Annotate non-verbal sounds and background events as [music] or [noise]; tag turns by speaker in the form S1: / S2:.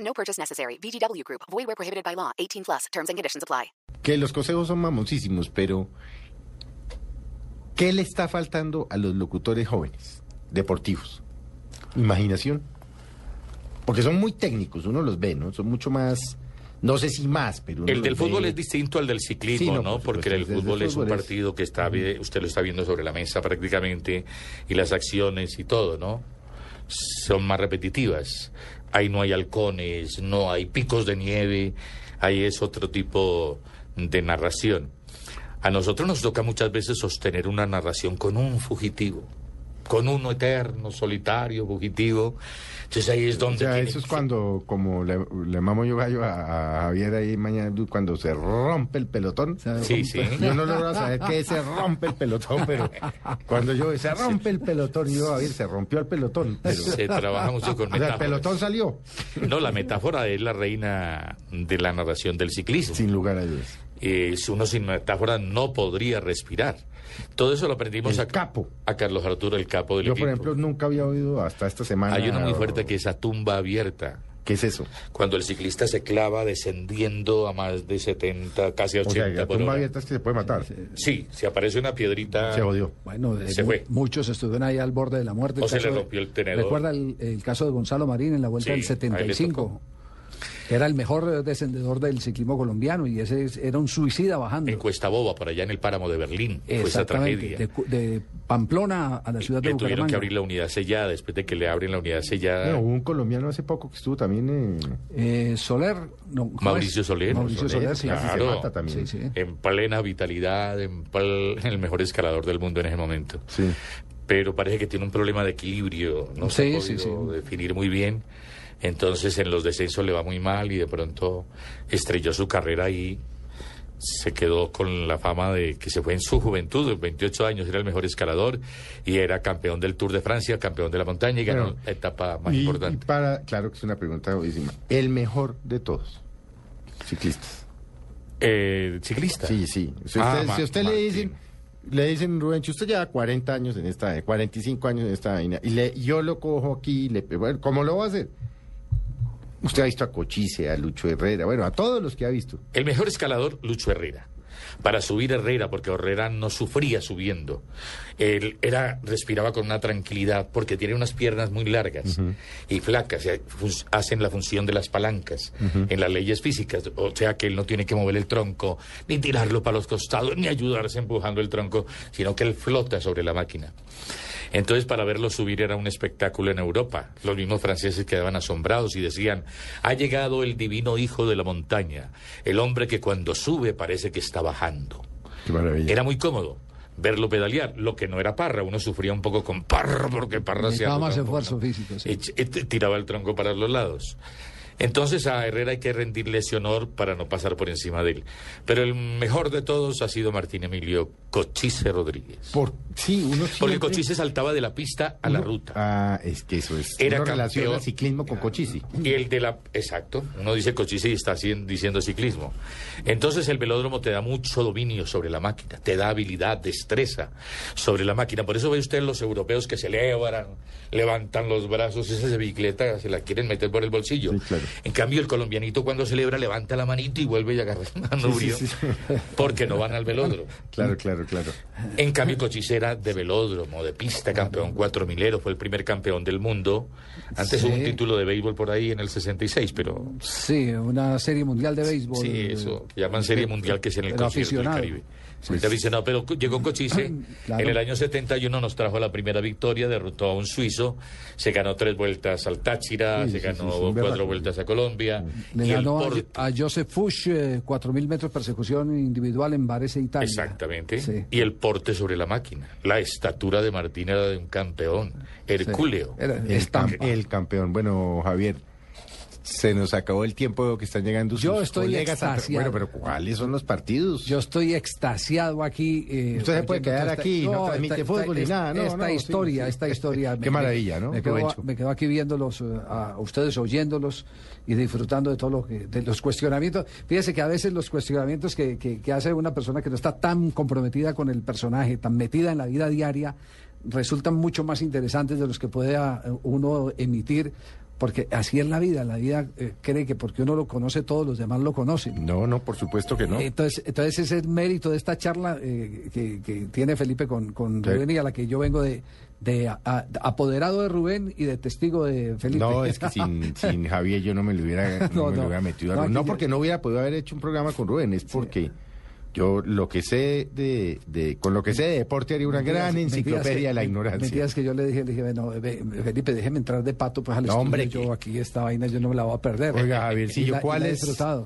S1: No purchase necessary. VGW Group. Void where prohibited by law. 18 plus. Terms and conditions apply.
S2: Que los consejos son mamosísimos, pero ¿qué le está faltando a los locutores jóvenes, deportivos? Imaginación. Porque son muy técnicos, uno los ve, ¿no? Son mucho más, no sé si más, pero... uno
S3: El del
S2: los ve-
S3: fútbol es distinto al del ciclismo,
S2: Sí, no,
S3: ¿no?
S2: por
S3: Porque el
S2: supuesto, el del
S3: fútbol es un
S2: fútbol es-
S3: partido que está, vi- usted lo está viendo sobre la mesa prácticamente, y las acciones y todo, ¿no? Son más repetitivas. Ahí no hay halcones, no hay picos de nieve, ahí es otro tipo de narración. A nosotros nos toca muchas veces sostener una narración con un fugitivo, con uno eterno, solitario, fugitivo. Entonces ahí es donde...
S2: O sea,
S3: tiene
S2: eso es
S3: que-
S2: cuando, como le, le mamo yo gallo a, a Javier ahí mañana, du- cuando se rompe el pelotón.
S3: Sí, sí.
S2: Yo no logro saber qué se rompe el pelotón, pero cuando yo se rompe el pelotón, yo Javier se rompió el pelotón. Pero,
S3: Se trabaja mucho
S2: [laughs]
S3: con
S2: o sea, el
S3: metáforas.
S2: pelotón salió.
S3: No, la metáfora es la reina de la narración del ciclismo.
S2: Sin lugar a dudas.
S3: Eh, si uno sin metáfora no podría respirar. Todo eso lo aprendimos
S2: El
S3: a,
S2: capo.
S3: a Carlos Arturo, el capo del
S2: Yo,
S3: equipo.
S2: por ejemplo, nunca había oído hasta esta semana.
S3: Hay una muy fuerte que es a tumba abierta.
S2: ¿Qué es eso?
S3: Cuando el ciclista se clava descendiendo a más de 70, casi
S2: O
S3: 80
S2: sea, la
S3: por
S2: tumba
S3: hora.
S2: abierta es que se puede matar. Se
S3: Sí, se aparece una piedrita.
S2: jodió.
S4: Bueno, de-
S3: Se
S4: mu-
S3: fue.
S4: muchos estuvieron ahí al borde de la muerte.
S3: O
S4: El
S3: se le
S4: caso de-
S3: rompió el tenedor.
S4: Recuerda el, el caso de Gonzalo Marín en la vuelta
S3: Sí, a
S4: del
S3: él le
S4: 75.
S3: tocó.
S4: Era el mejor eh, descendedor del ciclismo colombiano y ese es- era un suicida bajando.
S3: En Cuesta Boba, por allá en el páramo de Berlín. Fue esa
S4: Exactamente.
S3: tragedia.
S4: De, cu- de Pamplona a la ciudad de
S3: le tuvieron que
S4: Bucaramanga.
S3: abrir la unidad sellada. Después de que le abren la unidad sellada,
S2: Bueno, hubo un colombiano hace poco que estuvo también. eh,
S4: Eh, Soler. no, ¿cómo
S3: Mauricio
S4: es?
S3: Soler.
S4: Mauricio Soler, sí.
S2: casi
S3: claro.
S2: se mata también.
S4: Sí, sí.
S3: en plena vitalidad, en pl- el mejor escalador del mundo en ese momento.
S2: Sí.
S3: Pero parece que tiene un problema de equilibrio, no se ha
S4: Sí, sí,
S3: podido
S4: sí.
S3: definir muy bien. Entonces en los descensos le va muy mal y de pronto estrelló su carrera y se quedó con la fama de que se fue en su juventud, en 28 años era el mejor escalador y era campeón del Tour de Francia, campeón de la montaña y ganó
S2: Bueno,
S3: la etapa más
S2: Y-
S3: importante.
S2: Y para, claro que es una pregunta jodidísima. El mejor de todos, ciclistas.
S3: Eh, ciclista.
S2: Sí, sí. Si usted,
S3: Ah, Ma-
S2: si a usted le
S3: Martín.
S2: dicen, le dicen, Rubén, usted lleva 40 años en esta, vaina, 45 años en esta vaina, y le- yo lo cojo aquí, y le, bueno, ¿cómo lo va a hacer? Usted ha visto a Cochise, a Lucho Herrera, bueno, a todos los que ha visto.
S3: El mejor escalador, Lucho Herrera. Para subir Herrera, porque Herrera no sufría subiendo. Él era, respiraba con una tranquilidad, porque tiene unas piernas muy largas y flacas, y ha- fun- hacen la función de las palancas en las leyes físicas. O sea que él no tiene que mover el tronco, ni tirarlo para los costados, ni ayudarse empujando el tronco, sino que él flota sobre la máquina. Entonces, para verlo subir era un espectáculo en Europa. Los mismos franceses quedaban asombrados y decían, ha llegado el divino hijo de la montaña, el hombre que cuando sube parece que está bajando.
S2: Qué maravilla.
S3: Era muy cómodo verlo pedalear, lo que no era Parra. Uno sufría un poco con Parra porque Parra se
S4: Necesitaba más esfuerzo físico. sí.
S3: tiraba el tronco para los lados. Entonces a Herrera hay que rendirle ese honor para no pasar por encima de él. Pero el mejor de todos ha sido Martín Emilio Cochise Rodríguez.
S2: Por, sí, uno
S3: Porque
S2: siempre-
S3: Cochise saltaba de la pista a la
S2: uno-
S3: ruta.
S2: Ah, es que eso es.
S3: Era
S2: uno relaciona
S3: campeón.
S2: ciclismo con Cochise.
S3: Y el de la... Exacto, uno dice cochise y está haciendo- diciendo ciclismo. Entonces el velódromo te da mucho dominio sobre la máquina, te da habilidad, destreza sobre la máquina. Por eso ve usted los europeos que celebran, levantan los brazos, esa bicicleta se la quieren meter por el bolsillo.
S2: Sí, claro.
S3: En cambio el colombianito cuando celebra levanta la manito y vuelve y agarra el manubrio
S2: sí, sí.
S3: porque no van al velódromo.
S2: Claro, claro, claro.
S3: En cambio, Cochicera de velódromo, de pista, campeón cuatro milero, fue el primer campeón del mundo. Antes
S4: Sí.
S3: hubo un título de béisbol por ahí en el 66, pero
S4: Sí, una serie mundial de béisbol.
S3: sí, eso que llaman Serie Mundial, que es en el
S4: Pero
S3: concierto del
S4: aficionado.
S3: Caribe. Ahorita aficionado, pero cu- llegó Cochise,
S4: Claro.
S3: en el año 71 nos trajo la primera victoria, derrotó a un suizo, se ganó tres vueltas al Táchira,
S2: Sí,
S3: se
S2: sí,
S3: ganó
S2: sí, sí, verdad.
S3: cuatro vueltas a Colombia,
S4: Le
S3: y el
S4: ganó a-
S3: Porto-
S4: a, Joseph Fuchs eh, 4.000 metros persecución individual en Varese, Italia.
S3: Exactamente.
S4: Sí.
S3: Y el porte sobre la máquina. La estatura de Martín era de un campeón,
S4: Sí.
S3: hercúleo.
S4: Era
S2: El, cam-
S4: estampa.
S2: el campeón. Bueno, Javier, Se nos acabó el tiempo, veo que están llegando
S4: Yo
S2: sus
S4: estoy
S2: colegas. a-
S4: extasiado.
S2: Bueno, pero ¿cuáles son los partidos?
S4: Yo estoy extasiado aquí. eh,
S2: Usted se puede
S4: oyendo
S2: quedar
S4: toda esta-
S2: aquí, no transmite
S4: esta-
S2: fútbol ni
S4: esta-
S2: nada, no,
S4: Esta
S2: no, sí,
S4: historia,
S2: sí. [laughs]
S4: esta historia.
S2: Qué maravilla, ¿no?
S4: Me
S2: Qué
S4: quedo,
S2: buen show.
S4: me quedo aquí viéndolos eh, a ustedes, oyéndolos y disfrutando de todos de los cuestionamientos. Fíjese que a veces los cuestionamientos que, que- que hace una persona que no está tan comprometida con el personaje, tan metida en la vida diaria, resultan mucho más interesantes de los que pueda eh, uno emitir. Porque así es la vida, la vida eh, cree que porque uno lo conoce, todos los demás lo conocen.
S2: No, no, por supuesto que no.
S4: Entonces, entonces ese es el mérito de esta charla eh, que, que tiene Felipe con, con
S2: Sí.
S4: Rubén y a la que yo vengo de, de a- a- apoderado de Rubén y de testigo de Felipe.
S2: No,
S4: [laughs]
S2: es que sin, sin Javier yo no me lo hubiera, no
S4: No,
S2: me
S4: no.
S2: lo hubiera metido. a
S4: No,
S2: Rubén.
S4: aquí
S2: No,
S4: yo-
S2: porque no hubiera podido haber hecho un programa con Rubén, es porque yo lo que sé de, de- con lo que sé de deporte haría una gran
S4: Mentiras-
S2: enciclopedia de la
S4: mentiras que-
S2: ignorancia.
S4: Mentiras que yo le dije, le dije, bueno, ve- Felipe, déjeme entrar de pato, pues al
S2: No,
S4: estudio,
S2: hombre,
S4: yo
S2: ¿qué?
S4: aquí esta vaina yo no me la voy a perder.
S2: Oiga,
S4: Y
S2: Javiercillo,
S4: la- y la
S2: ¿cuál
S4: he
S2: es?
S4: disfrutado.